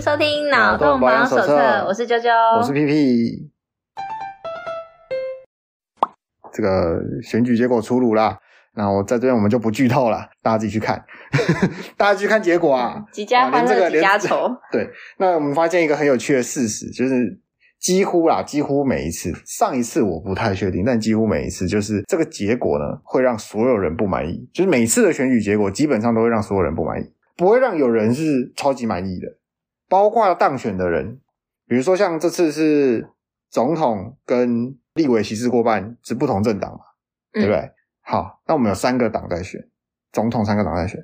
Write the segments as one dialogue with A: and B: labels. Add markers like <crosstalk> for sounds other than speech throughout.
A: 收听《脑洞保养手册》，我是啾啾，
B: 我是屁屁。这个选举结果出炉啦，那我在这边我们就不剧透了，大家自己去看， <laughs> 大家去看结果啊。
A: 几家欢
B: 啊连这
A: 乐
B: 个
A: 几家
B: 连
A: 愁，
B: 对，那我们发现一个很有趣的事实，就是几乎啦，几乎每一次，上一次我不太确定，但几乎每一次就是这个结果呢，会让所有人不满意。就是每次的选举结果，基本上都会让所有人不满意，不会让有人是超级满意的，包括当选的人，比如说像这次是总统跟立委席次过半是不同政党嘛，对不对？好，那我们有三个党在选，总统三个党在选，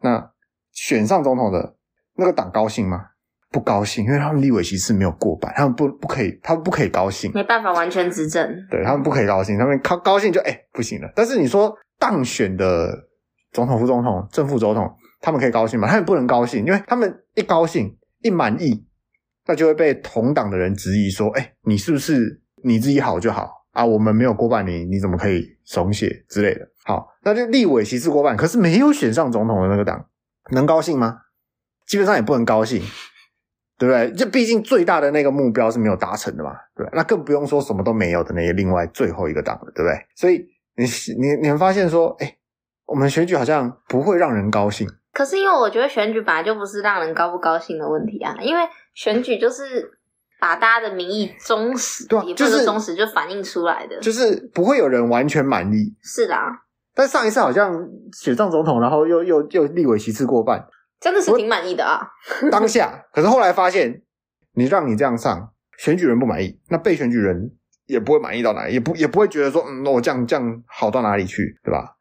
B: 那选上总统的那个党高兴吗？不高兴，因为他们立委席次没有过半，他们不不可以，他们不可以高兴，
A: 没办法完全执政，
B: 对他们不可以高兴，他们高高兴就哎、不行了。但是你说当选的总统、副总统、正副总统，他们可以高兴吗？他们不能高兴，因为他们一高兴一满意，那就会被同党的人质疑说：“哎、你是不是你自己好就好啊？我们没有过半你，你怎么可以松懈之类的？”好，那就立委席次过半，可是没有选上总统的那个党，能高兴吗？基本上也不能高兴，对不对？这毕竟最大的那个目标是没有达成的嘛，对不对那更不用说什么都没有的那个另外最后一个档了，对不对？所以你你你会发现说，哎，我们选举好像不会让人高兴，
A: 可是因为我觉得选举本来就不是让人高不高兴的问题啊，因为选举就是把大家的民意忠实，
B: 对啊
A: 也不
B: 就是
A: 是忠实，就反映出来的，
B: 就是不会有人完全满意。
A: 是啦，
B: 但上一次好像选上总统，然后又又又立委席次过半，
A: 真的是挺满意的啊，
B: 当下，可是后来发现，你让你这样上，选举人不满意，那被选举人也不会满意到哪里，也不也不会觉得说，嗯，我这样这样好到哪里去，对吧？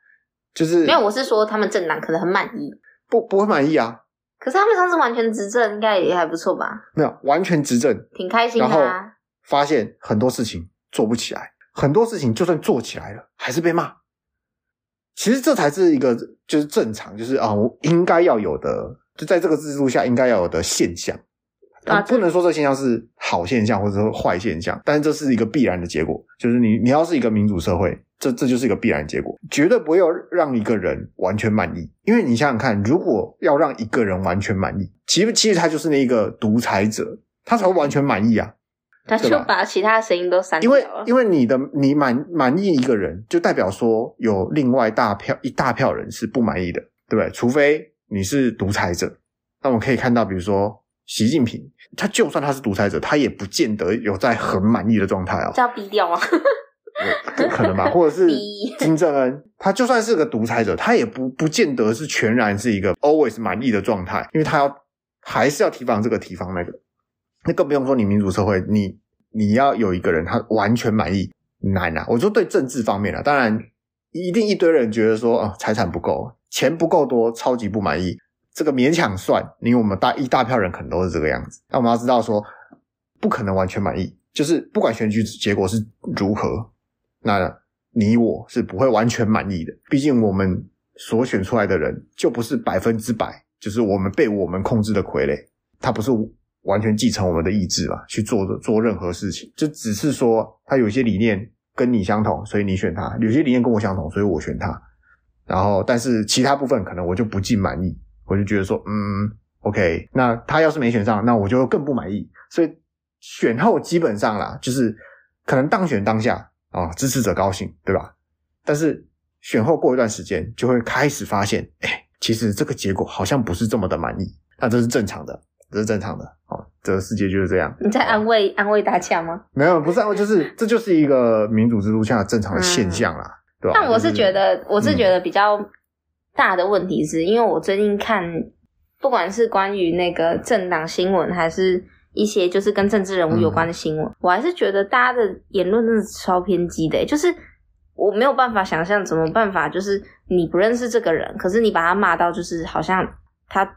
B: 就是
A: 没有，我是说他们政党可能很满意，
B: 不不会满意啊，
A: 可是他们上次完全执政应该也还不错吧，
B: 没有完全执政，
A: 挺开心的、
B: 然
A: 啊，
B: 发现很多事情做不起来，很多事情就算做起来了，还是被骂。其实这才是一个就是正常，就是啊，我应该要有的，就在这个制度下应该要有的现象。
A: 啊
B: 呃不能说这现象是好现象或者说坏现象，但是这是一个必然的结果。就是你你要是一个民主社会，这这就是一个必然结果，绝对不会有让一个人完全满意。因为你想想看，如果要让一个人完全满意，其实其实他就是那一个独裁者，他才会完全满意啊。
A: 他
B: 对
A: 就
B: 吧
A: 把其他声音都删
B: 因
A: 掉
B: 为
A: 了，
B: 因为你的你满满意一个人，就代表说有另外大票一大票人是不满意的，对不对？除非你是独裁者，那我们可以看到，比如说习近平，他就算他是独裁者，他也不见得有在很满意的状态哦
A: 这，要逼掉吗？ <laughs>
B: 有可能吧？或者是
A: 逼
B: 金正恩，他就算是个独裁者，他也不不见得是全然是一个 always 满意的状态，因为他要还是要提防这个提防那个，那更不用说你民主社会，你你要有一个人他完全满意难啊！我说对政治方面啊，当然一定一堆人觉得说啊、财产不够，钱不够多，超级不满意，这个勉强算，因为我们大一大票人可能都是这个样子。那我们要知道说，不可能完全满意，就是不管选举结果是如何，那你我是不会完全满意的。毕竟我们所选出来的人就不是百分之百，就是我们被我们控制的傀儡，他不是完全继承我们的意志嘛，去做做任何事情，就只是说他有一些理念跟你相同，所以你选他；有些理念跟我相同，所以我选他。然后，但是其他部分可能我就不尽满意，我就觉得说，嗯，OK，那他要是没选上，那我就更不满意。所以选后基本上啦，就是可能当选当下啊、支持者高兴，对吧？但是选后过一段时间，就会开始发现，哎，其实这个结果好像不是这么的满意，那这是正常的，这是正常的，哦，这个世界就是这样。
A: 你在安慰安慰大家吗？
B: 没有，不是啊，就是这就是一个民主制度下正常的现象啦，对
A: 嗯
B: 吧？
A: 但我是觉
B: 就是，嗯
A: 得，我是觉得比较大的问题是，因为我最近看，不管是关于那个政党新闻，还是一些就是跟政治人物有
B: 嗯
A: 关的新闻，我还是觉得大家的言论真的超偏激的、欸就是我没有办法想象怎么办法，就是你不认识这个人，可是你把他骂到就是好像他。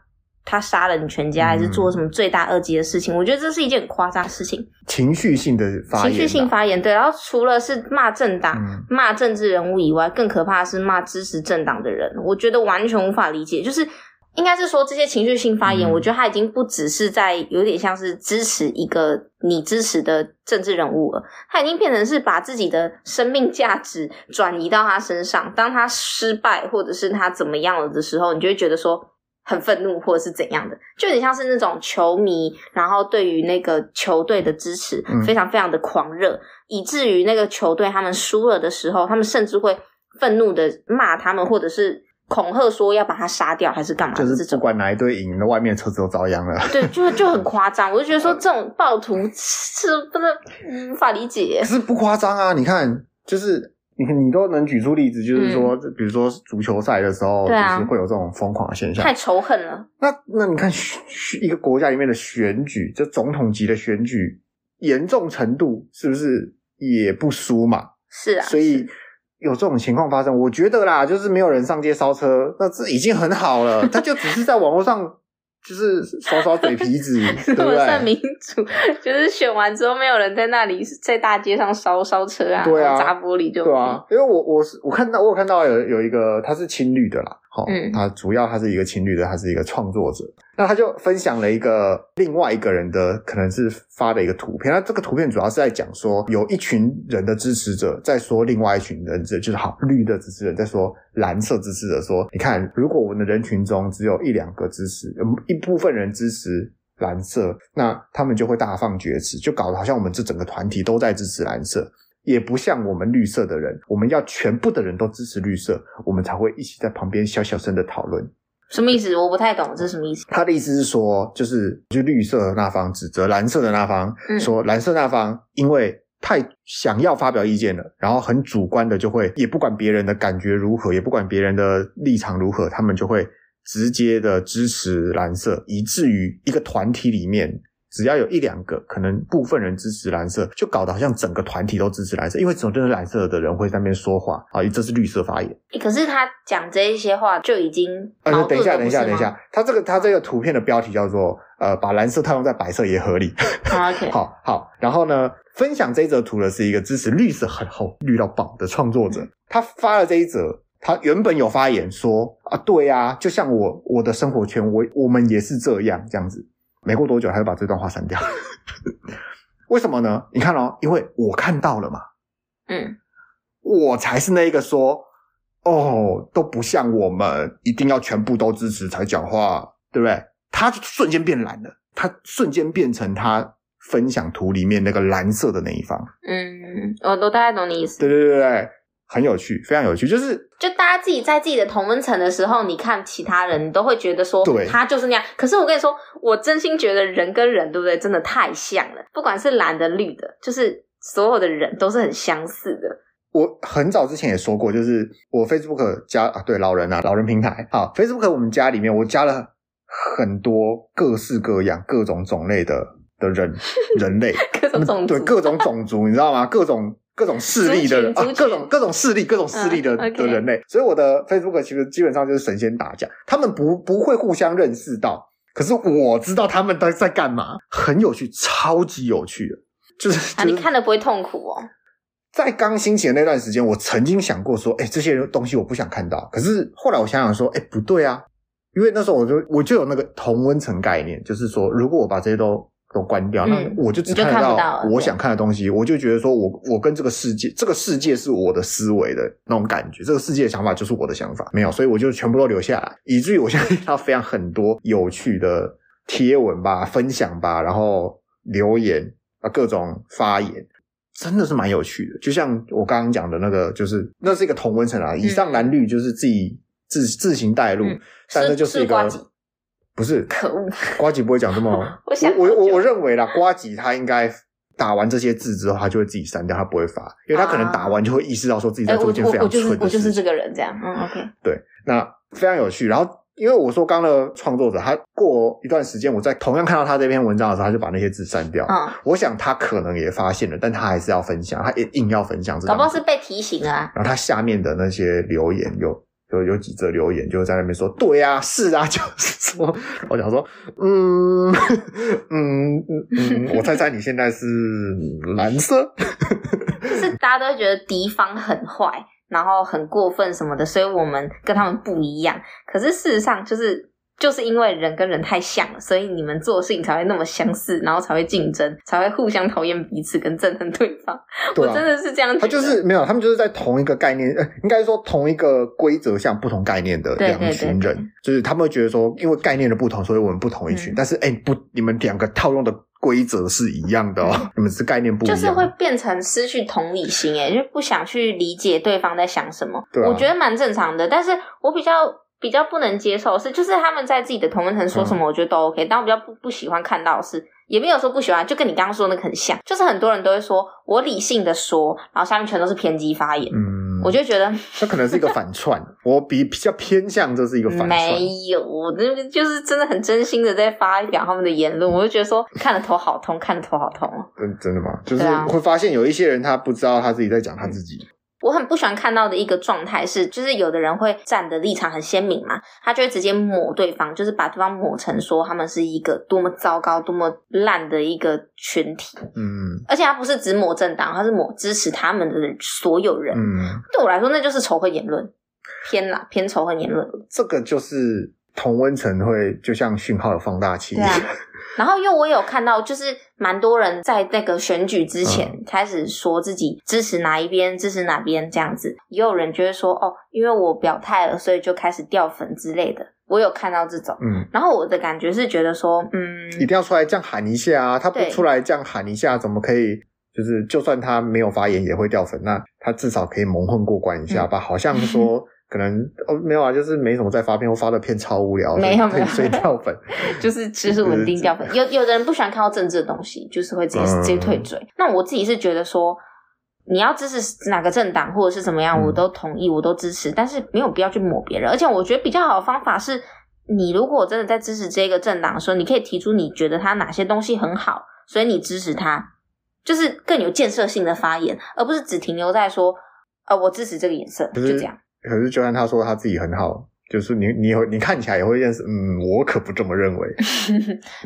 A: 他杀了你全家，还
B: 嗯
A: 是做什么罪大恶极的事情？我觉得这是一件很夸张的事情，
B: 情绪性的发
A: 情
B: 言啦，
A: 绪性发言。对，然后除了是骂政党，
B: 嗯，
A: 骂政治人物以外，更可怕的是骂支持政党的人，我觉得完全无法理解。就是应该是说这些情绪性发言，
B: 嗯
A: 我觉得他已经不只是在有点像是支持一个你支持的政治人物了，他已经变成是把自己的生命价值转移到他身上。当他失败或者是他怎么样了的时候，你就会觉得说。很愤怒或者是怎样的，就有点像是那种球迷，然后对于那个球队的支持
B: 嗯
A: 非常非常的狂热，以至于那个球队他们输了的时候，他们甚至会愤怒的骂他们，或者是恐吓说要把他杀掉还是干嘛的
B: 就
A: 这
B: 是不
A: 种。
B: 管哪一队赢了，外面的车子都遭殃了。
A: 对，就就很夸张，我就觉得说这种暴徒是真的嗯无法理解
B: 可。是不夸张啊！你看，就是你你都能举出例子，就是说，比如说足球赛的时候，
A: 嗯对啊
B: 就是会有这种疯狂的现象
A: 太。仇恨了，
B: 那那你看，选选一个国家里面的选举，这总统级的选举，严重程度是不是也不输嘛？
A: 是啊，
B: 所以有这种情况发生，我觉得啦，就是没有人上街烧车，那这已经很好了。他就只是在网络上就是耍耍嘴
A: <laughs>
B: 皮子，对
A: 如
B: 不
A: 果算
B: 对？
A: 民主，就是选完之后没有人在那里在大街上烧烧车啊，
B: 对
A: 然
B: 啊
A: 后砸玻璃就
B: 对啊，因为我我是我看到我有看到有有一个他是青旅的啦，好、
A: 嗯
B: 他主要他是一个青旅的，他是一个创作者，那他就分享了一个另外一个人的可能是发的一个图片，那这个图片主要是在讲说有一群人的支持者在说另外一群人的就是好绿的支持者在说蓝色支持者说，你看如果我们的人群中只有一两个支持，嗯一部分人支持。蓝色，那他们就会大放厥词，就搞得好像我们这整个团体都在支持蓝色。也不像我们绿色的人，我们要全部的人都支持绿色，我们才会一起在旁边小小声的讨论。
A: 什么意思？我不太懂这是什么意思。
B: 他的意思是说，就是就绿色的那方指责蓝色的那方，
A: 嗯
B: 说蓝色那方因为太想要发表意见了，然后很主观的就会也不管别人的感觉如何，也不管别人的立场如何，他们就会直接的支持蓝色，以至于一个团体里面。只要有一两个可能部分人支持蓝色，就搞得好像整个团体都支持蓝色，因为只有真的蓝色的人会在那边说话啊，这是绿色发言。
A: 诶可是他讲这一些话就已经
B: 啊，
A: 矛
B: 就
A: 盾
B: 等一下，
A: 了
B: 等一下，
A: 不是
B: 等一
A: 吗
B: 下，它这个它这个图片的标题叫做呃，把蓝色套用在白色也合理。
A: 好，OK，
B: <laughs> 好好，然后呢，分享这一则图的是一个支持绿色很厚、绿到爆的创作
A: 嗯
B: 者，他发了这一则。他原本有发言说啊，对啊，就像我我的生活圈，我我们也是这样这样子。没过多久，他就把这段话删掉。 <laughs> 为什么呢？你看哦，因为我看到了嘛，
A: 嗯，
B: 我才是那一个说哦，都不像我们，一定要全部都支持才讲话，对不对？他瞬间变蓝了，他瞬间变成他分享图里面那个蓝色的那一方。
A: 嗯，我都大概懂你意思。
B: 对对对对对，很有趣，非常有趣，就是
A: 就大家自己在自己的同温层的时候，你看其他人，你都会觉得说
B: 对
A: 他就是那样。可是我跟你说，我真心觉得人跟人，对不对？真的太像了，不管是蓝的、绿的，就是所有的人都是很相似的。 <laughs>
B: 我很早之前也说过，就是我 Facebook 加啊，对老人啊，老人平台啊，Facebook 我们家里面我加了很多各式各样、各种种类的的人人类。
A: 各种种族，
B: 嗯对各种种族，你知道吗？各种各种势力的人，
A: 族群
B: 啊
A: 族群
B: 各种各种势力，各种势力的、
A: 嗯，OK
B: 的人类。所以我的 Facebook 其实基本上就是神仙打架，他们不不会互相认识到，可是我知道他们在在干嘛，很有趣，超级有趣的。就是、
A: 啊，
B: 就
A: 你
B: 是
A: 看了不会痛苦哦。
B: 在刚兴起的那段时间，我曾经想过说，哎、这些东西我不想看到。可是后来我想想说，哎、不对啊，因为那时候我就我就有那个同温层概念，就是说，如果我把这些都都关掉，
A: 嗯
B: 那我就只
A: 你就
B: 看得
A: 看不
B: 到
A: 到了
B: 我想看的东西。我就觉得说我我跟这个世界，这个世界是我的思维的那种感觉，这个世界的想法就是我的想法，没有，所以我就全部都留下来，以至于我现在看到非常很多有趣的贴文吧、分享吧，然后留言啊，各种发言。真的是蛮有趣的。就像我刚刚讲的那个，就是那是一个同温层啊，以上蓝绿就是自己自自行带入，
A: 嗯
B: 但那就是一
A: 是瓜
B: 个
A: 吉
B: 不是
A: 可恶，，
B: 瓜吉不会讲这么
A: <laughs> 我想
B: 我
A: 好
B: 我
A: 久
B: 我认为啦，瓜吉他应该。打完这些字之后，他就会自己删掉，他不会发，因为他可能打完就会意识到说自己
A: 啊哎、
B: 在
A: 我
B: 做一件
A: 我
B: 非
A: 我
B: 常
A: 就是
B: 蠢
A: 我
B: 的
A: 就是
B: 事。
A: 这个人这样，嗯，OK，
B: 对，那非常有趣。然后，因为我说刚刚的创作者，他过一段时间，我在同样看到他这篇文章的时候，他就把那些字删掉。
A: 嗯，
B: 我想他可能也发现了，但他还是要分享，他硬硬要分享这
A: 搞
B: 张
A: 不好
B: 图
A: 是被提醒了、啊。
B: 然后他下面的那些留言有有有几则留言就在那边说，对啊，是啊， <laughs> 就是说，我想说，嗯嗯嗯嗯，我猜猜你现在是蓝色，
A: 就是大家都会觉得敌方很坏，然后很过分什么的，所以我们跟他们不一样。可是事实上，就是就是因为人跟人太像了，所以你们做的事情才会那么相似，然后才会竞争，才会互相讨厌彼此跟憎恨对方。<laughs>
B: 对
A: 我
B: 啊
A: 真，的是这样觉得，
B: 他就是没有，他们就是在同一个概念，呃，应该说同一个规则下不同概念的
A: 对
B: 两
A: 对
B: 群人，
A: 对
B: 就是他们会觉得说，因为概念的不同，所以我们不同一群。
A: 嗯
B: 但是，哎、不，你们两个套用的规则是一样的哦， <laughs> 你们是概念不
A: 嗯
B: 一
A: 就
B: 样。
A: 是会变成失去同理心、欸，哎，就不想去理解对方在想什么。
B: 对啊
A: 我觉得蛮正常的，但是我比较比较不能接受的是，就是他们在自己的同温层说什
B: 嗯
A: 么，我觉得都 OK，、但我比较不不喜欢看到的是。也没有说不喜欢，就跟你刚刚说的那个很像，就是很多人都会说我理性的说，然后下面全都是偏激发言，
B: 嗯，
A: 我就觉得
B: 这可能是一个反
A: <laughs>
B: 串，我比比较偏向这是一个反串。
A: 没有，我那个就是真的很真心的在发表他们的言论，我就觉得说看了头好痛，看了头好痛哦。
B: 真真的吗？就是
A: 对啊嗯
B: 会发现有一些人他不知道他自己在讲他自己。
A: 我很不喜欢看到的一个状态是，就是有的人会站的立场很鲜明嘛，他就会直接抹对方，就是把对方抹成说他们是一个多么糟糕、多么烂的一个群体，
B: 嗯
A: 而且他不是只抹政党，他是抹支持他们的人所有人。
B: 嗯，
A: 对我来说，那就是仇恨言论，偏啦，偏仇恨言论。
B: 这个就是同温层会就像讯号有放大器一
A: 对啊
B: 样。
A: 然后，因为我有看到，就是蛮多人在那个选举之前开始说自己支持哪一边，支持哪边这样子，也有人就会说哦，因为我表态了，所以就开始掉粉之类的。我有看到这种，
B: 嗯，
A: 然后我的感觉是觉得说，嗯，
B: 一定要出来这样喊一下啊！他不
A: 对
B: 出来这样喊一下，怎么可以？就是就算他没有发言也会掉粉，那他至少可以蒙混过关一
A: 嗯
B: 下吧？好像
A: <laughs>
B: 说可能哦没有啊，就是没怎么在发片，或发的片超无聊，
A: 没有没
B: 所以
A: 有 <laughs>
B: 所以掉粉。
A: 就是支持稳定掉粉。有有的人不喜欢看到政治的东西，就是会直接直
B: 嗯
A: 接退追。那我自己是觉得说，你要支持哪个政党或者是怎么样，
B: 嗯
A: 我都同意，我都支持，但是没有必要去抹别人。而且我觉得比较好的方法是，你如果真的在支持这个政党的时候，你可以提出你觉得他哪些东西很好，所以你支持他，就是更有建设性的发言，而不是只停留在说。呃，我支持这个颜色，就这样。 <laughs>
B: 可是就算他说他自己很好，就是你你你看起来也会认识，嗯，我可不这么认为。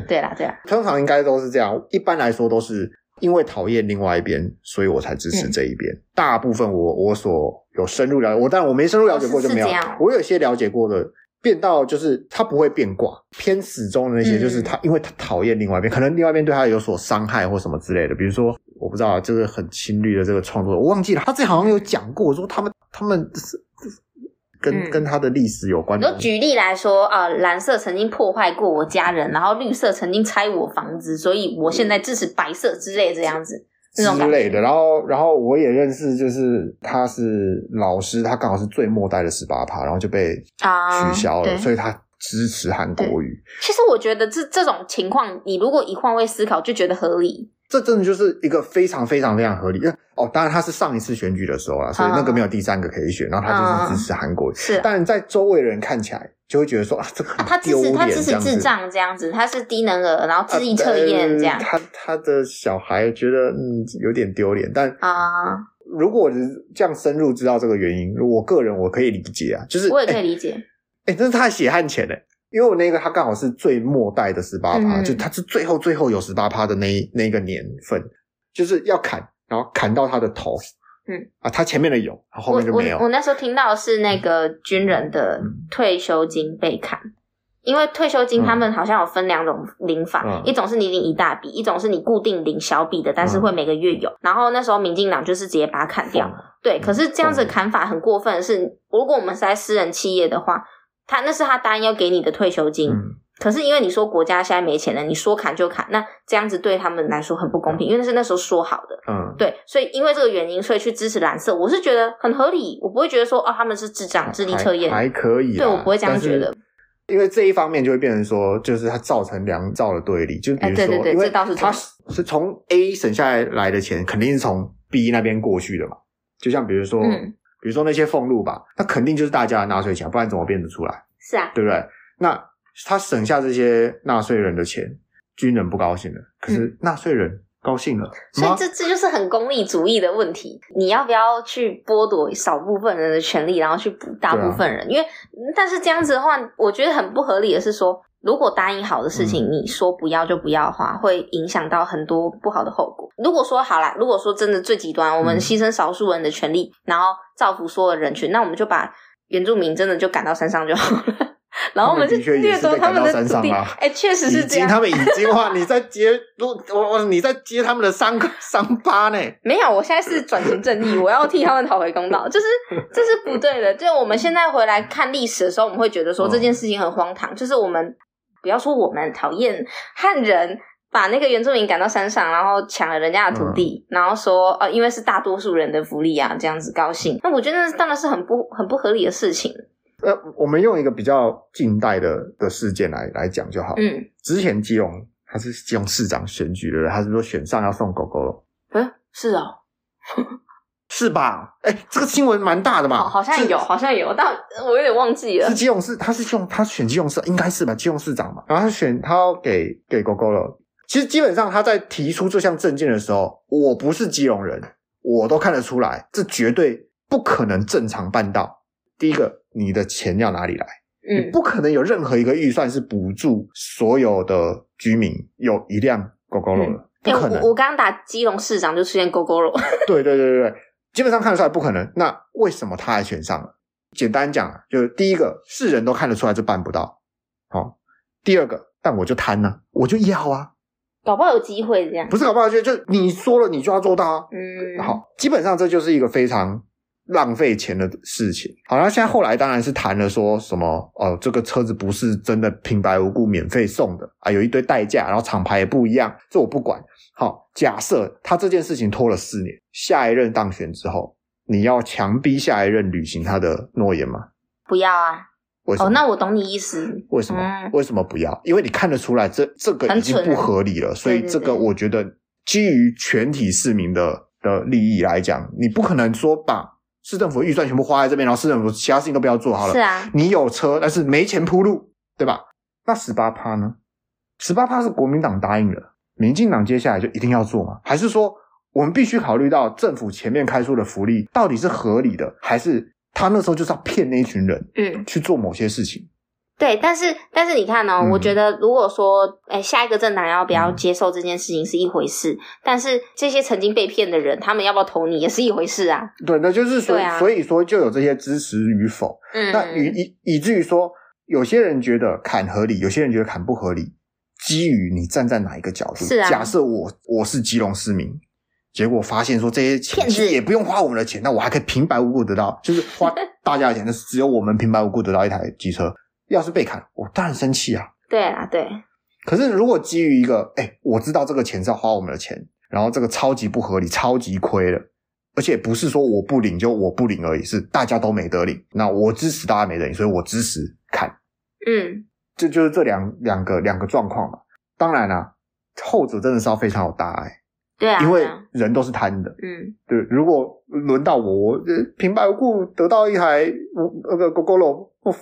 A: 对啦，对啦，
B: 通常应该都是这样，一般来说都是因为讨厌另外一边，所以我才支
A: 嗯
B: 持这一边。大部分我我所有深入了解，我当然我没深入了解过就没有
A: 哦是是这样，
B: 我有些了解过的。变到就是他不会变卦，偏死忠的那些，
A: 嗯
B: 就是他，因为他讨厌另外一边，可能另外一边对他有所伤害或什么之类的。比如说，我不知道，就是很心绿的这个创作者，我忘记了，他之前好像有讲过，说他们他们是跟、
A: 嗯
B: 跟他的历史有关
A: 你
B: 的
A: 说
B: 东西。
A: 举例来说啊、呃蓝色曾经破坏过我家人，然后绿色曾经拆我房子，所以我现在支持白色之类这样子。那种
B: 之
A: 感
B: 类
A: 觉
B: 的。然后，然后我也认识，就是他是老师，他刚好是最末代的十八趴，然后就被
A: 啊
B: 取消了，
A: 对
B: 所以他支持韩国语。
A: 其实我觉得这这种情况，你如果以换位思考，就觉得合理。
B: 这真的就是一个非常非常非常合理。因为哦，当然他是上一次选举的时候啦，所以那个没有第三个可以选，然后他就是支持韩国语。
A: 是啊，
B: 但在周围人看起来就会觉得说啊，这个
A: 啊他
B: 很
A: 支
B: 丢
A: 持
B: 脸，
A: 他支
B: 这
A: 持
B: 样子
A: 智障这样子，他是低能儿，然后智力测验这样
B: 啊呃他他的小孩觉得嗯有点丢脸，但
A: 啊，
B: 如果这样深入知道这个原因，我个人我可以理解啊，就是
A: 我也可
B: 哎
A: 以理解。
B: 哎、真是他的血汗钱哎、因为我那个他刚好是最末代的十八趴，
A: 嗯
B: 就他是最后最后有十八趴的那一那个年份，就是要砍，然后砍到他的头，
A: 嗯
B: 啊，他前面的有，然后后
A: 我
B: 面就
A: 我
B: 没有
A: 我，那时候听到的是那个军人的退休金被砍，因为退休金
B: 嗯
A: 他们好像有分两种领法，
B: 嗯
A: 一种是你领一大笔，一种是你固定领小笔的，但是
B: 嗯哦
A: 会每个月有。然后那时候民进党就是直接把它砍掉，对。可是这样子
B: 疯了
A: 砍法很过分的是，如果我们是在私人企业的话，他那是他答应要给你的退休金，
B: 嗯，
A: 可是因为你说国家现在没钱了，你说砍就砍，那这样子对他们来说很不公平，因为那是那时候说好的。
B: 嗯
A: 对，所以因为这个原因，所以去支持蓝色，我是觉得很合理，我不会觉得说哦他们是智障、智力测验，
B: 还还可以啦，
A: 对我不会这样
B: 但是
A: 觉得。
B: 因为这一方面就会变成说，就是它造成两造的对立，就比如说，
A: 哎对对对
B: 因为
A: 这倒是
B: 它
A: 真
B: 是从 A 省下来来的钱，肯定是从 B 那边过去的嘛。就像比如说，
A: 嗯
B: 比如说那些俸禄吧，那肯定就是大家的纳税钱，不然怎么变得出来，
A: 是啊，
B: 对不对？那他省下这些纳税人的钱，军人不高兴了，可是纳税人高兴了
A: 嗯所以
B: 吗？
A: 这这就是很功利主义的问题。你要不要去剥夺少部分人的权利，然后去补大
B: 啊
A: 部分人？因为嗯但是这样子的话，我觉得很不合理的是说，如果答应好的事
B: 嗯
A: 情，你说不要就不要的话，会影响到很多不好的后果。如果说好啦，如果说真的最极端，我们
B: 嗯
A: 牺牲少数人的权利，然后造福所有人群，那我们就把原住民真的就赶到山上就好了。 <laughs> 然后我们就
B: 的确也
A: 掠
B: 是
A: 夺
B: 被
A: 他
B: 赶
A: 们
B: 到
A: 的
B: 山
A: 土
B: 上
A: 地。
B: 啊。
A: 哎，确实是
B: 已
A: 这
B: 经，
A: 样。
B: 他们已经哇！你在揭，我我你在揭他们的伤伤疤呢？
A: 没有，我现在是转型正义，我要替他们讨回公道，就是这是不对的。就我们现在回来看历史的时候，我们会觉得说
B: 嗯
A: 这件事情很荒唐，就是我们不要说我们讨厌汉人把那个原住民赶到山上，然后抢了人家的土地，
B: 嗯
A: 然后说呃，因为是大多数人的福利啊，这样子高兴。那我觉得那当然是很不很不合理的事情。
B: 呃，我们用一个比较近代的的事件来来讲就好。
A: 嗯，
B: 之前基隆他是基隆市长选举的，他是说选上要送狗狗了，
A: 嗯，是哦，
B: 是吧？哎、这个新闻蛮大的嘛，
A: 好，好像有，
B: 是
A: 好像有，但我有点忘记了
B: 啊是。基隆市，他是基隆，他选基隆市，应该是吧？基隆市长嘛，然后他选他要给给狗狗了。其实基本上他在提出这项证件的时候，我不是基隆人，我都看得出来，这绝对不可能正常办到。第一个，你的钱要哪里来？你
A: 嗯
B: 不可能有任何一个预算是补助所有的居民有一辆狗狗肉的，不
A: 哎、
B: 可能。
A: 我我刚刚打基隆市长就出现勾勾肉，
B: 对对对对对，基本上看得出来不可能。那为什么他还选上了？简单讲啊，就是第一个是人都看得出来这办不到，好、第二个，但我就贪呐、我就要啊，
A: 搞不好有机会这样。
B: 不是搞不好就就你说了你就要做到啊。
A: 嗯，
B: 好，基本上这就是一个非常浪费钱的事情。好，那现在后来当然是谈了说什么哦、这个车子不是真的平白无故免费送的啊，有一堆代价，然后厂牌也不一样，这我不管。好，假设他这件事情拖了四年，下一任当选之后，你要强逼下一任履行他的诺言吗？
A: 不要啊！
B: 为什么？
A: 哦，那我懂你意思。
B: 为什么、
A: 嗯
B: 为什么不要？因为你看得出来这，这个
A: 很
B: 已经
A: 蠢啊
B: 不合理了，所以
A: 对对
B: 这个
A: 对
B: 我觉得基于全体市民的的利益来讲，你不可能说把市政府的预算全部花在这边，然后市政府其他事情都不要做好了。
A: 是啊，
B: 你有车，但是没钱铺路，对吧？那十八趴呢？十八趴是国民党答应的，民进党接下来就一定要做吗？还是说我们必须考虑到政府前面开出的福利到底是合理的，还是他那时候就是要骗那一群人
A: 嗯，
B: 去做某些事情？
A: 对。但是但是你看哦，
B: 嗯
A: 我觉得如果说，哎，下一个政党要不要
B: 嗯
A: 接受这件事情是一回事，但是这些曾经被骗的人，他们要不要投你也是一回事啊。
B: 对，那就是所以、
A: 对啊
B: 所以说就有这些支持与否。
A: 嗯，
B: 那以以以至于说，有些人觉得砍合理，有些人觉得砍不合理，基于你站在哪一个角度。
A: 是啊
B: 假设我我是基隆市民。结果发现说这些钱
A: 骗子
B: 其实也不用花我们的钱，那我还可以平白无故得到，就是花大家的钱，但是只有我们平白无故得到一台机车。要是被砍，我当然生气啊！
A: 对啦，对，
B: 可是如果基于一个，哎、我知道这个钱是要花我们的钱，然后这个超级不合理、超级亏了，而且不是说我不领就我不领而已，是大家都没得领。那我支持大家没得领，所以我支持砍，
A: 嗯，
B: 这就是这两两个两个状况嘛。当然啦、后者真的是要非常有大爱，
A: 对啊，
B: 因
A: 对
B: 为
A: 啊
B: 人都是贪的。
A: 嗯，
B: 对，如果轮到我，我呃平白无故得到一台我那个 GoGoRo，我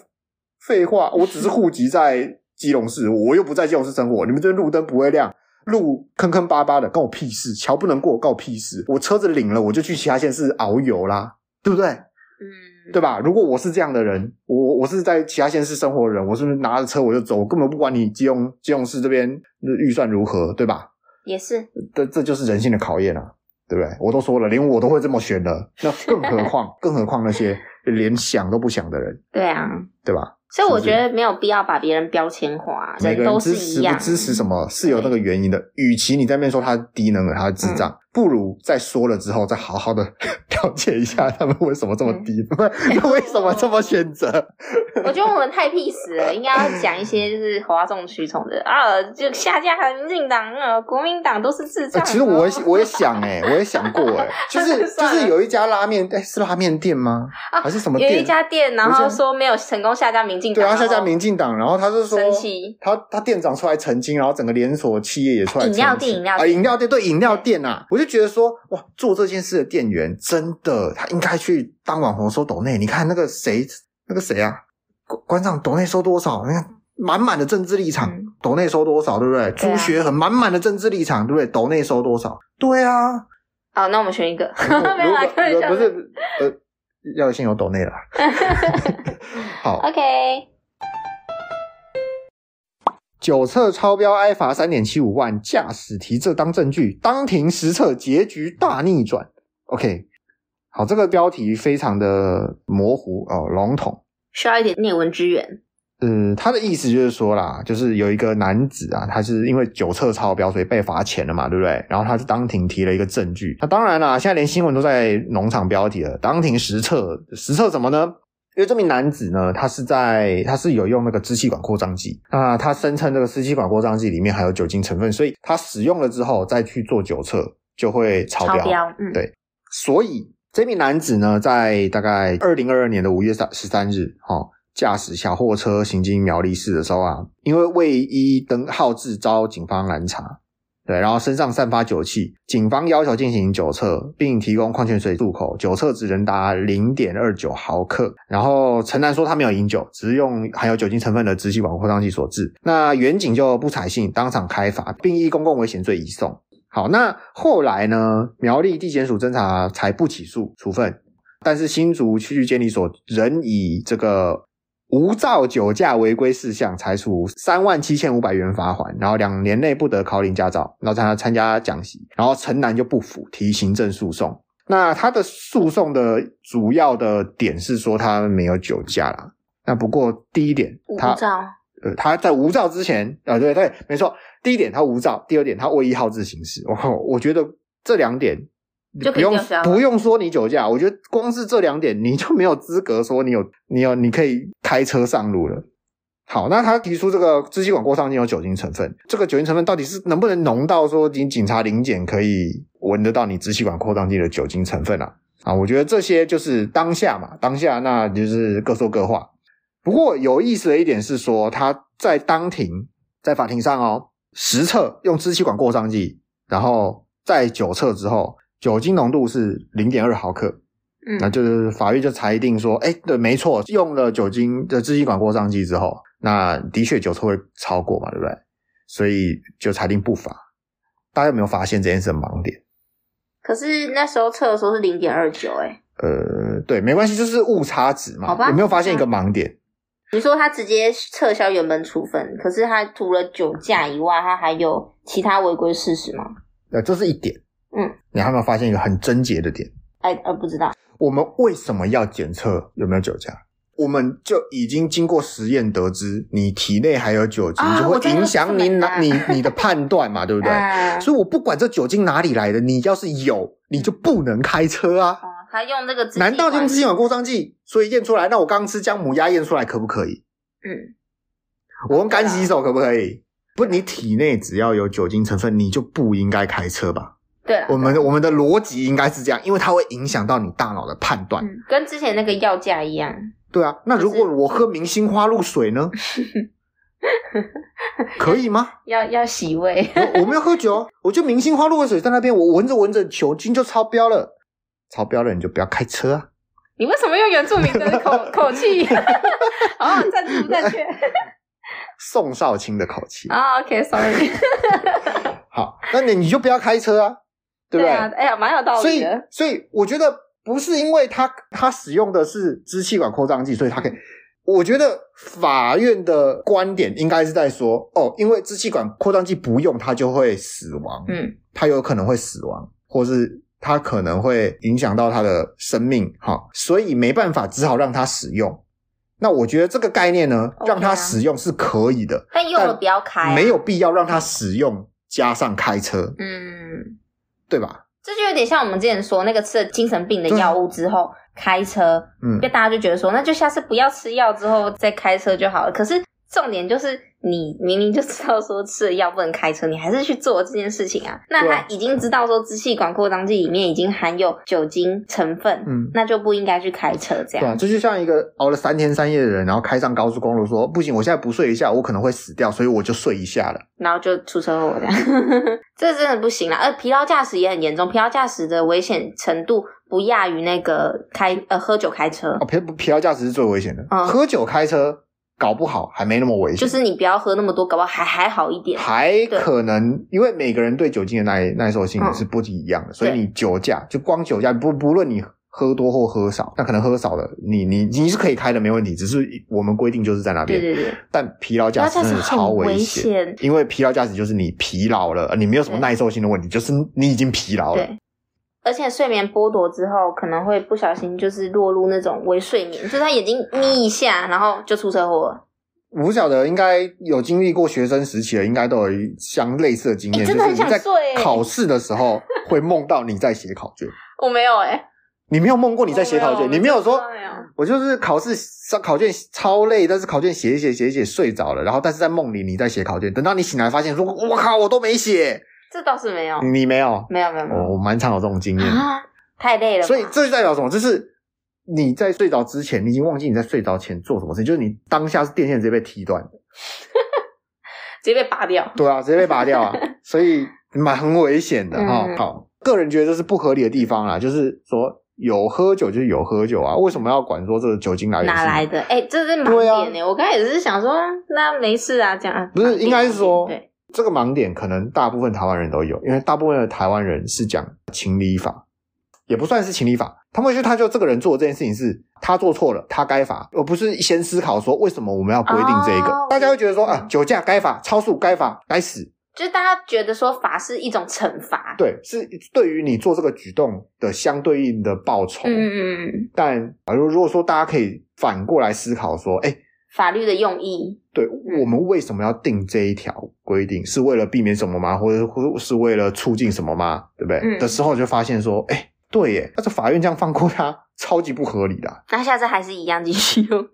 B: 废话，我只是户籍在基隆市，我又不在基隆市生活，你们这边路灯不会亮，路坑坑巴巴的，关我屁事，桥不能过，关我屁事，我车子领了，我就去其他县市遨游啦，对不对？
A: 嗯，
B: 对吧？如果我是这样的人，我我是在其他县市生活的人，我是不是拿着车我就走，我根本不管你基隆基隆市这边的预算如何，对吧？
A: 也是，
B: 这这就是人性的考验啊，对不对？我都说了，连我都会这么选了，那更何况更何况那些连想都不想的人，
A: 对啊。
B: 对吧？
A: 所以我
B: 是不是
A: 觉得没有必要把别人标签化，
B: 每个
A: 都
B: 人
A: 是
B: 支
A: 一
B: 持
A: 样。
B: 不支持什么是有那个原因的。与其你在那边说他低能儿，他是
A: 嗯
B: 智障，不如在说了之后再好好的 <laughs> 了解一下他们为什么这么
A: 嗯
B: 低， <laughs> 为什么这么
A: <laughs>
B: 选择。
A: 我觉得我们太 peace 了，应该要讲一些就是哗众取宠的啊，就下架民进党啊，国民党都是智
B: 呃
A: 障。
B: 其实我也
A: 然后
B: 我也想哎、我也想过哎、就是就
A: 哦 <laughs> 算了
B: 是有一家拉面，哎、是拉面店吗？
A: 啊
B: 还是什么
A: 有
B: 店？
A: 一家店，然后说没有成功下架民进党，
B: 对啊，下
A: 然
B: 架
A: 后
B: 民进党，然后他就说
A: 生气
B: 他他店长出来澄清，然后整个连锁企业也出来澄清
A: 饮料店饮料
B: 啊，
A: 店
B: 饮料店对饮料店啊，我就觉得说哇，做这件事的店员真的他应该去当网红收抖内，你看那个谁那个谁啊，馆馆长抖内收多少？你看满满的政治立场
A: 嗯，
B: 抖内收多少，对不对？
A: 对啊
B: 朱学恒满满的政治立场，对不对？抖内收多少？对啊，
A: 哦，那我们选
B: <laughs>
A: 一个，
B: 如果
A: <laughs> 没有啦，啊开玩
B: 如
A: 笑
B: 果
A: 的。
B: 不是呃，要先有抖内了。 <laughs> 好，
A: OK，
B: 酒测超标挨罚三点七五万，驾驶提这当证据，当庭实测结局大逆转。OK，好，这个标题非常的模糊哦，笼统。
A: 需要一点内文支援。
B: 呃，他的意思就是说啦，就是有一个男子啊，他是因为酒测超标，所以被罚钱了嘛，对不对？然后他就当庭提了一个证据。那当然啦，现在连新闻都在农场标题了，当庭实测，实测什么呢？因为这名男子呢，他是在他是有用那个支气管扩张剂，那他声称这个支气管扩张剂里面含有酒精成分，所以他使用了之后再去做酒测就会超
A: 超
B: 标。
A: 标，嗯，
B: 对所以这名男子呢，在大概二零二二年的五月三十三日，哦，驾驶小货车行经苗栗市的时候啊，因为未依灯号志遭警方拦查，对，然后身上散发酒气，警方要求进行酒测，并提供矿泉水入口，酒测值能达零点二九毫克。然后陈南说他没有饮酒，只是用含有酒精成分的支气管扩张剂所致。那远景就不采信，当场开罚，并依公共危险罪移送。好，那后来呢？苗栗地检署侦查才不起诉处分，但是新竹区域监理所仍以这个无照酒驾违规事项裁处三万七千五百元罚款，然后两年内不得考领驾照，然后让他参加讲习，然后陈南就不服，提行政诉讼。那他的诉讼的主要的点是说他没有酒驾啦。那不过第一点，
A: 无
B: 他
A: 照，
B: 呃，他在无照之前，啊、对对，没错。第一点他无照，第二点他未依号志行事。我我觉得这两点
A: 就可
B: 不
A: 以
B: 用
A: 吊销了
B: 不用说你酒驾，我觉得光是这两点你就没有资格说你有你有你可以开车上路了。好，那他提出这个支气管扩张剂有酒精成分，这个酒精成分到底是能不能浓到说警警察临检可以闻得到你支气管扩张剂的酒精成分啊？啊，我觉得这些就是当下嘛，当下那就是各说各话。不过有意思的一点是说，他在当庭在法庭上哦，实测用支气管扩张剂，然后在酒测之后，酒精浓度是零点二毫克，
A: 嗯，
B: 那就是法院就裁定说，哎，对，没错，用了酒精的支气管扩张剂之后，那的确酒测会超过嘛，对不对？所以就裁定不罚。大家有没有发现这件事的盲点？
A: 可是那时候测的时候是零点二九，哎，
B: 呃，对，没关系，就是误差值
A: 好
B: 嘛。
A: 吧
B: 有没有发现一个盲点？
A: 你说他直接撤销原本处分，可是他除了酒驾以外，他还有其他违规事实吗？
B: 呃，这是一点。
A: 嗯，
B: 你还有没有发现一个很贞洁的点？
A: 哎，呃，不知道，
B: 我们为什么要检测有没有酒驾？我们就已经经过实验得知，你体内含有酒精，
A: 啊
B: 就
A: 我
B: 会
A: 知道
B: 影响你
A: 这个
B: 哪
A: 是
B: 你你的判断
A: <laughs>
B: 嘛，对不对？
A: 嗯
B: 所以我不管这酒精哪里来的，你要是有，你就不能开车啊。
A: 哦他用这个支气
B: 难道用
A: 管嗯
B: 支气管扩张剂，所以验出来？那我刚吃姜母鸭验出来可不可以？
A: 嗯，
B: 我用干洗手可不可以？不，你体内只要有酒精成分，你就不应该开车吧？
A: 对啊了，
B: 我们我们的逻辑应该是这样，因为它会影响到你大脑的判断。
A: 嗯，跟之前那个药价一样，
B: 对啊，那如果我喝明星花露水
A: <laughs>
B: 呢？可以吗？
A: 要要洗胃，
B: 我我没有喝酒，我就明星花露水在那边，我闻着闻着酒精就超标了，超标了你就不要开车啊！
A: 你为什么用原住民的
B: <laughs>
A: 口口气？ <laughs> 哦，正确不正确？
B: 宋少卿的口气。
A: 啊、o k s o <laughs> r r y
B: 好，那你你就不要开车
A: <laughs>
B: 啊，对不对？
A: 啊，哎呀，蛮有道
B: 所
A: 理
B: 以
A: 的。
B: 所以我觉得不是因为他他使用的是支气管扩张剂，所以他可以。我觉得法院的观点应该是在说，哦，因为支气管扩张剂不用，他就会死亡。
A: 嗯，
B: 他有可能会死亡，或是他可能会影响到他的生命，哈，所以没办法，只好让他使用。那我觉得这个概念呢
A: OK 啊
B: 让他使用是可以的，
A: 但用了不要开、啊
B: 没，有必要让他使用加上开车，
A: 嗯，
B: 对吧？
A: 这就有点像我们之前说那个吃了精神
B: 啊
A: 病的药物之后开车，
B: 嗯
A: 就，大家就觉得说，那就下次不要吃药之后再开车就好了。可是重点就是，你明明就知道说吃了药不能开车，你还是去做这件事情啊。那
B: 对
A: 他
B: 啊
A: 已经知道说支气管扩张剂里面已经含有酒精成分，
B: 嗯
A: 那就不应该去开车这
B: 对啊，
A: 样。
B: 这就像一个熬了三天三夜的人，然后开上高速公路说：“不行，我现在不睡一下，我可能会死掉，所以我就睡一下了。
A: 然后就出车祸这样， <laughs> 这真的不行啦。而疲劳驾驶也很严重，疲劳驾驶的危险程度不亚于那个开呃喝酒开车
B: 哦，，疲疲劳驾驶是最危险的，
A: 嗯
B: 喝酒开车搞不好还没那么危险。
A: 就是你不要喝那么多，搞不好还还好一点。
B: 还可能因为每个人对酒精的耐耐受性
A: 嗯
B: 是不一样的，所以你酒驾就光酒驾不不论你喝多或喝少，那可能喝少的你你你是可以开的没问题，只是我们规定就是在那
A: 对
B: 边。
A: 对对，
B: 但疲劳
A: 疲
B: 驾
A: 劳
B: 驶
A: 驾
B: 真
A: 驶
B: 的超
A: 很危
B: 险。
A: 险。
B: 因为疲劳驾驶就是你疲劳了，呃你没有什么
A: 对
B: 耐受性的问题，就是你已经疲劳了。
A: 对，而且睡眠剥夺之后，可能会不小心就是落入那种微睡眠，就是他眼睛眯一下，然后就出车祸了。
B: 我不晓得，应该有经历过学生时期的，应该都有一相类似的经验，
A: 欸真的很
B: 就是你在
A: 想睡 <laughs> 欸
B: 考试的时候会梦到你在写考卷。
A: 我没有哎、
B: 你没有梦过你在写考卷，你没有说，
A: <laughs> 没有啊
B: 我就是考试考卷超累，但是考卷写一写写一写睡着了，然后但是在梦里你在写考卷，等到你醒来发现说，我靠，我都没写，
A: 这倒是没有，
B: 你没有，
A: 没有没有没有、
B: 我我蛮常有这种经验，
A: 啊，太累了吧，
B: 嗯所以这就代表什么？就是你在睡着之前，你已经忘记你在睡着前做什么事，就是你当下是电线直接被踢断的，
A: 直接被拔掉。
B: 对啊，直接被拔
A: <laughs>
B: 掉啊，所以蛮很危险的哈、
A: 嗯
B: 好，个人觉得这是不合理的地方啦，就是说有喝酒就是有喝酒啊，为什么要管说这个酒精来源是
A: 哪来的？哎、这是盲
B: 对啊
A: 点呢、我刚才也是想说，那没事啊，这样啊
B: 不是
A: 盲点
B: 应该是说
A: 盲点
B: 这个盲点可能大部分台湾人都有，因为大部分的台湾人是讲情理法，也不算是情理法。他们就他就这个人做的这件事情是他做错了，他该罚，而不是先思考说为什么我们要规定这一个。
A: 哦
B: 大家会觉得说啊，酒驾该罚，超速该罚，该死。
A: 对，就是大家觉得说法是一种惩罚，
B: 对，是对于你做这个举动的相对应的报酬。
A: 嗯嗯嗯，
B: 但啊，如如果说大家可以反过来思考说，哎，
A: 法律的用意，
B: 对我们为什么要定这一条规定？是为了避免什么吗？或者或是为了促进什么吗？对不对？
A: 嗯
B: 的时候就发现说，哎、对耶，那这法院这样放过他，超级不合理的啊、
A: 那下次还是一样继续用，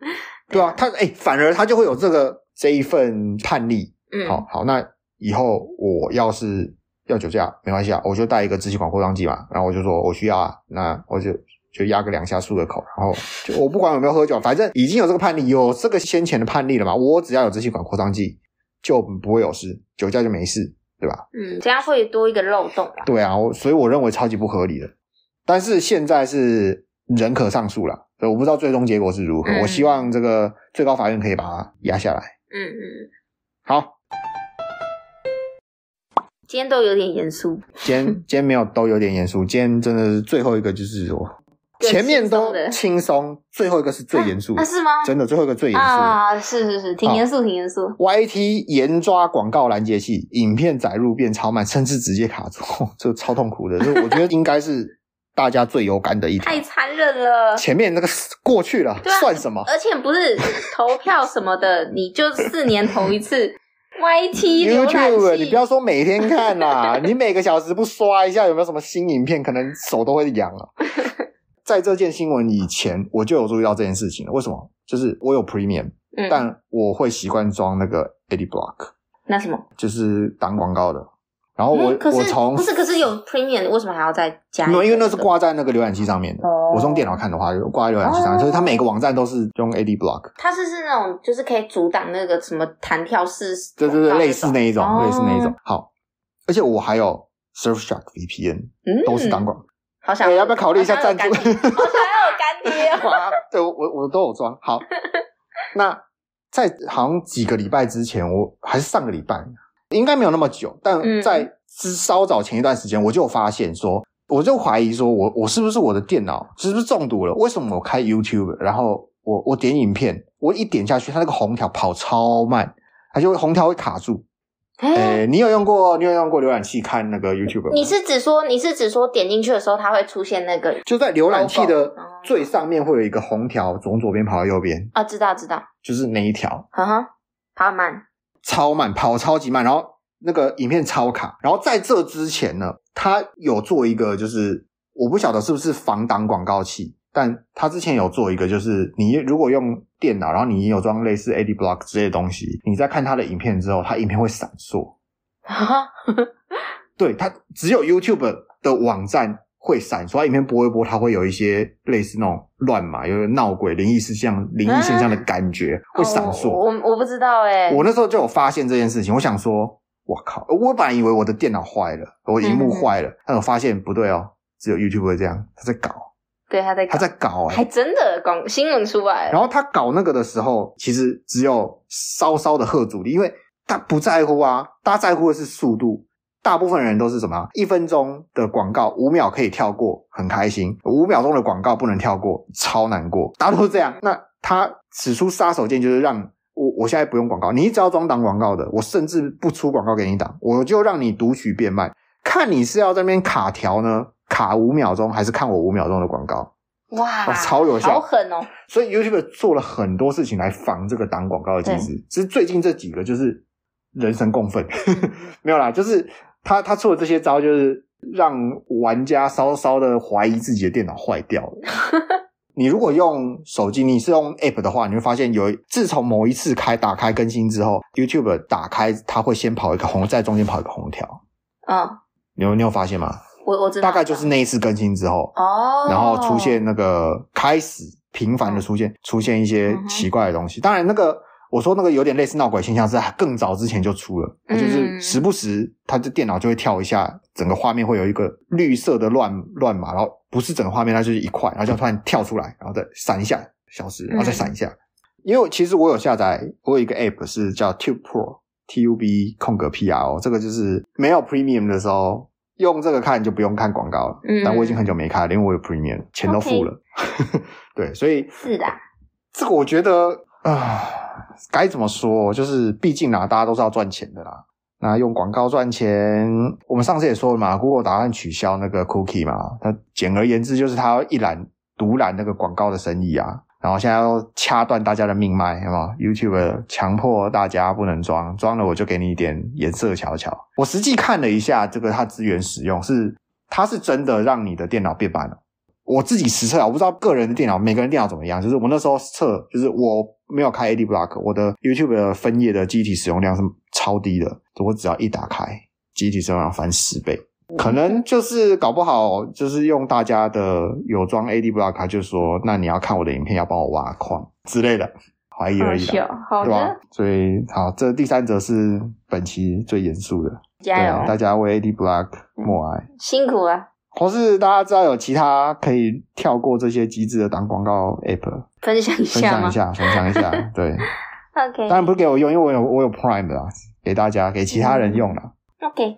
B: 对啊，他哎、反而他就会有这个这一份判例。
A: 嗯，
B: 好好，那以后我要是要酒驾，没关系啊，我就带一个支气管扩张剂嘛，然后我就说我需要啊，那我就。就压个两下漱个口，然后就我不管有没有喝酒，反正已经有这个判例，有这个先前的判例了嘛。我只要有支气管扩张剂，就不会有事，酒驾就没事，对吧？
A: 嗯，这样会多一个漏洞吧？
B: 对啊，我所以我认为超级不合理的。但是现在是人可上诉了，所以我不知道最终结果是如何。
A: 嗯
B: 我希望这个最高法院可以把它压下来。
A: 嗯嗯，
B: 好，
A: 今天都有点严肃，<laughs>
B: 今天今天没有都有点严肃，今天真的是最后一个就是我
A: 更
B: 前面
A: 轻
B: 都
A: 松的
B: 轻松，最后一个是最严肃的
A: 啊，是吗？
B: 嗯真的最后一个最严肃的。
A: 啊，是是是，挺严肃，挺严肃。
B: YT 严抓广告拦截器，影片载入变超慢，甚至直接卡住， <laughs> 这超痛苦的。这我觉得应该是大家最有感的一
A: <laughs>
B: 条
A: 太。残忍了，
B: 前面那个过去了，
A: 对啊
B: 算什么？
A: 而且不
B: <laughs>
A: 是投票什么的，你就四年投一
B: <laughs>
A: 次 YT 浏
B: YouTube，
A: 览器，
B: 你不要说每天
A: <laughs>
B: 看啦，你每个小时不刷一下有没有什么新影片，可能手都会
A: <laughs>
B: 痒了。在这件新闻以前，我就有注意到这件事情了。为什么？就是我有 Premium，
A: 嗯
B: 但我会习惯装那个 Ad Block，
A: 那什么？
B: 就是挡广告的。然后我、
A: 嗯可是
B: 我从
A: 不是，可是有 Premium，为什么还要再加一
B: 没
A: 个？
B: 有，因为那是挂在那个浏览器上面的。
A: 哦
B: 我是用电脑看的话，有挂在浏览器上面，
A: 哦
B: 所以它每个网站都是用 Ad Block。
A: 它是是那种就是可以阻挡那个什么弹跳式
B: 对
A: 广告
B: 对
A: 那种，
B: 对，类似那一种，类似那一种
A: 哦。。
B: 好，而且我还有 Surfshark VPN，
A: 嗯，
B: 都是挡广。
A: 好想
B: 哎要不要考虑一下赞助
A: 好想有干爹好想要有干爹哦。 <laughs>
B: 哇， <laughs> 对我我我都有装。好，那在好像几个礼拜之前，我还是上个礼拜，应该没有那么久，但
A: 嗯
B: 在之稍早前一段时间，我就有发现说，我就怀疑说我我是不是我的电脑是不是中毒了？为什么我开 YouTube，然后我我点影片，我一点下去，它那个红条跑超慢，它就会红条会卡住。
A: 哎
B: 诶，你有用过你有用过浏览器看那个 YouTube 吗？
A: 你是指说你是指说点进去的时候，它会出现那个
B: 就在浏览器的
A: logo，哦
B: 最上面会有一个红条，从左边跑到右边，
A: 啊？知道知道，
B: 就是那一条。
A: 哈哈，好慢，
B: 超慢，跑超级慢，然后那个影片超卡。然后在这之前呢，他有做一个，就是我不晓得是不是防挡广告器，但他之前有做一个，就是你如果用电脑，然后你有装类似 AD Block 之类的东西，你在看他的影片之后，他影片会闪烁。
A: 哈哈，
B: 对，它只有 YouTube 的网站会闪烁，它影片播一播，它会有一些类似那种乱码、有点闹鬼、灵异事项、灵异现象的感觉，会闪烁。
A: 哦我我我不知道哎，
B: 我那时候就有发现这件事情，我想说，我靠，我本来以为我的电脑坏了，我的荧幕坏了，但我发现不对哦，只有 YouTube 会这样，他在搞，
A: 对他在搞
B: 他在搞哎、
A: 还真的广新闻出来
B: 然
A: 了，
B: 后他搞那个的时候，其实只有稍稍的贺阻力，因为他不在乎啊，大家在乎的是速度。大部分人都是什么啊？一分钟的广告五秒可以跳过，很开心；五秒钟的广告不能跳过，超难过。大家都是这样。那他使出杀手锏，就是让我我现在不用广告，你只要装挡广告的，我甚至不出广告给你挡，我就让你读取变慢，看你是要在那边卡条呢，卡五秒钟，还是看我五秒钟的广告？
A: 哇
B: 哦，，超有效，
A: 好狠哦！
B: 所以 YouTube 做了很多事情来防这个挡广告的机制。其实最近这几个就是人神共愤， <laughs> 没有啦，就是他他出的这些招，就是让玩家稍稍的怀疑自己的电脑坏掉 <laughs> 了。你如果用手机，你是用 App 的话，你会发现有自从某一次开打开更新之后，YouTube 打开它会先跑一个红，在中间跑一个红条。
A: 嗯，
B: 你有你有发现吗？
A: 我我知道，
B: 大概就是啊那一次更新之后，
A: 哦，嗯
B: 然后出现那个开始频繁的出现出现一些
A: 嗯哼
B: 奇怪的东西。当然，那个我说那个有点类似闹鬼现象，是更早之前就出了，它就是
A: 嗯
B: 时不时它的电脑就会跳一下，整个画面会有一个绿色的乱乱码，然后不是整个画面，它就是一块，然后就突然跳出来，然后再闪一下消失，然后再闪一下。
A: 嗯
B: 因为我其实我有下载，我有一个 app 是叫 Tube Pro。T U B 空格 P R O，这个就是没有 Premium 的时候用这个看就不用看广告了。
A: 嗯
B: 但我已经很久没看了，因为我有 Premium，钱都付了。 <laughs> 对，所以
A: 是的，
B: 这个我觉得啊，该怎么说？就是毕竟啦，大家都是要赚钱的啦。那用广告赚钱，我们上次也说了嘛，Google 打算取消那个 Cookie 嘛，它简而言之就是它要一揽独揽那个广告的生意啊。然后现在要掐断大家的命脉，有吗？YouTube 强迫大家不能装，装了我就给你一点颜色瞧瞧。我实际看了一下这个它资源使用是，它是真的让你的电脑变慢了。我自己实测啊，我不知道个人的电脑，每个人电脑怎么样。就是我那时候测，就是我没有开 AD Block，我的 YouTube 的分页的机体使用量是超低的，我只要一打开，机体使用量翻十倍。可能就是搞不好，就是用大家的有装 AD Block，就说那你要看我的影片，要帮我挖矿之类的，怀疑
A: 好
B: 而已啦，
A: 笑，好
B: 对吧
A: 的，？
B: 所以好，这第三则是本期最严肃的，
A: 加
B: 对，啊大
A: 油，
B: 家为 AD Block 默哀。
A: 辛苦了，
B: 或是大家知道有其他可以跳过这些机制的挡广告 app，
A: 分享一
B: 分
A: 下
B: 享
A: 吗
B: 一下，分享
A: <laughs>
B: 一下。对，
A: ？OK
B: 当然不是给我用，因为我有我有 Prime 的啦，给大家给其他人用啦。
A: OK，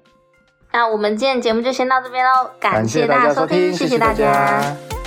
A: 那我们今天的节目就先到这边喽，嗯
B: 感
A: 感谢
B: 大
A: 家
B: 收
A: 听，
B: 谢
A: 谢大
B: 大
A: 家。
B: 家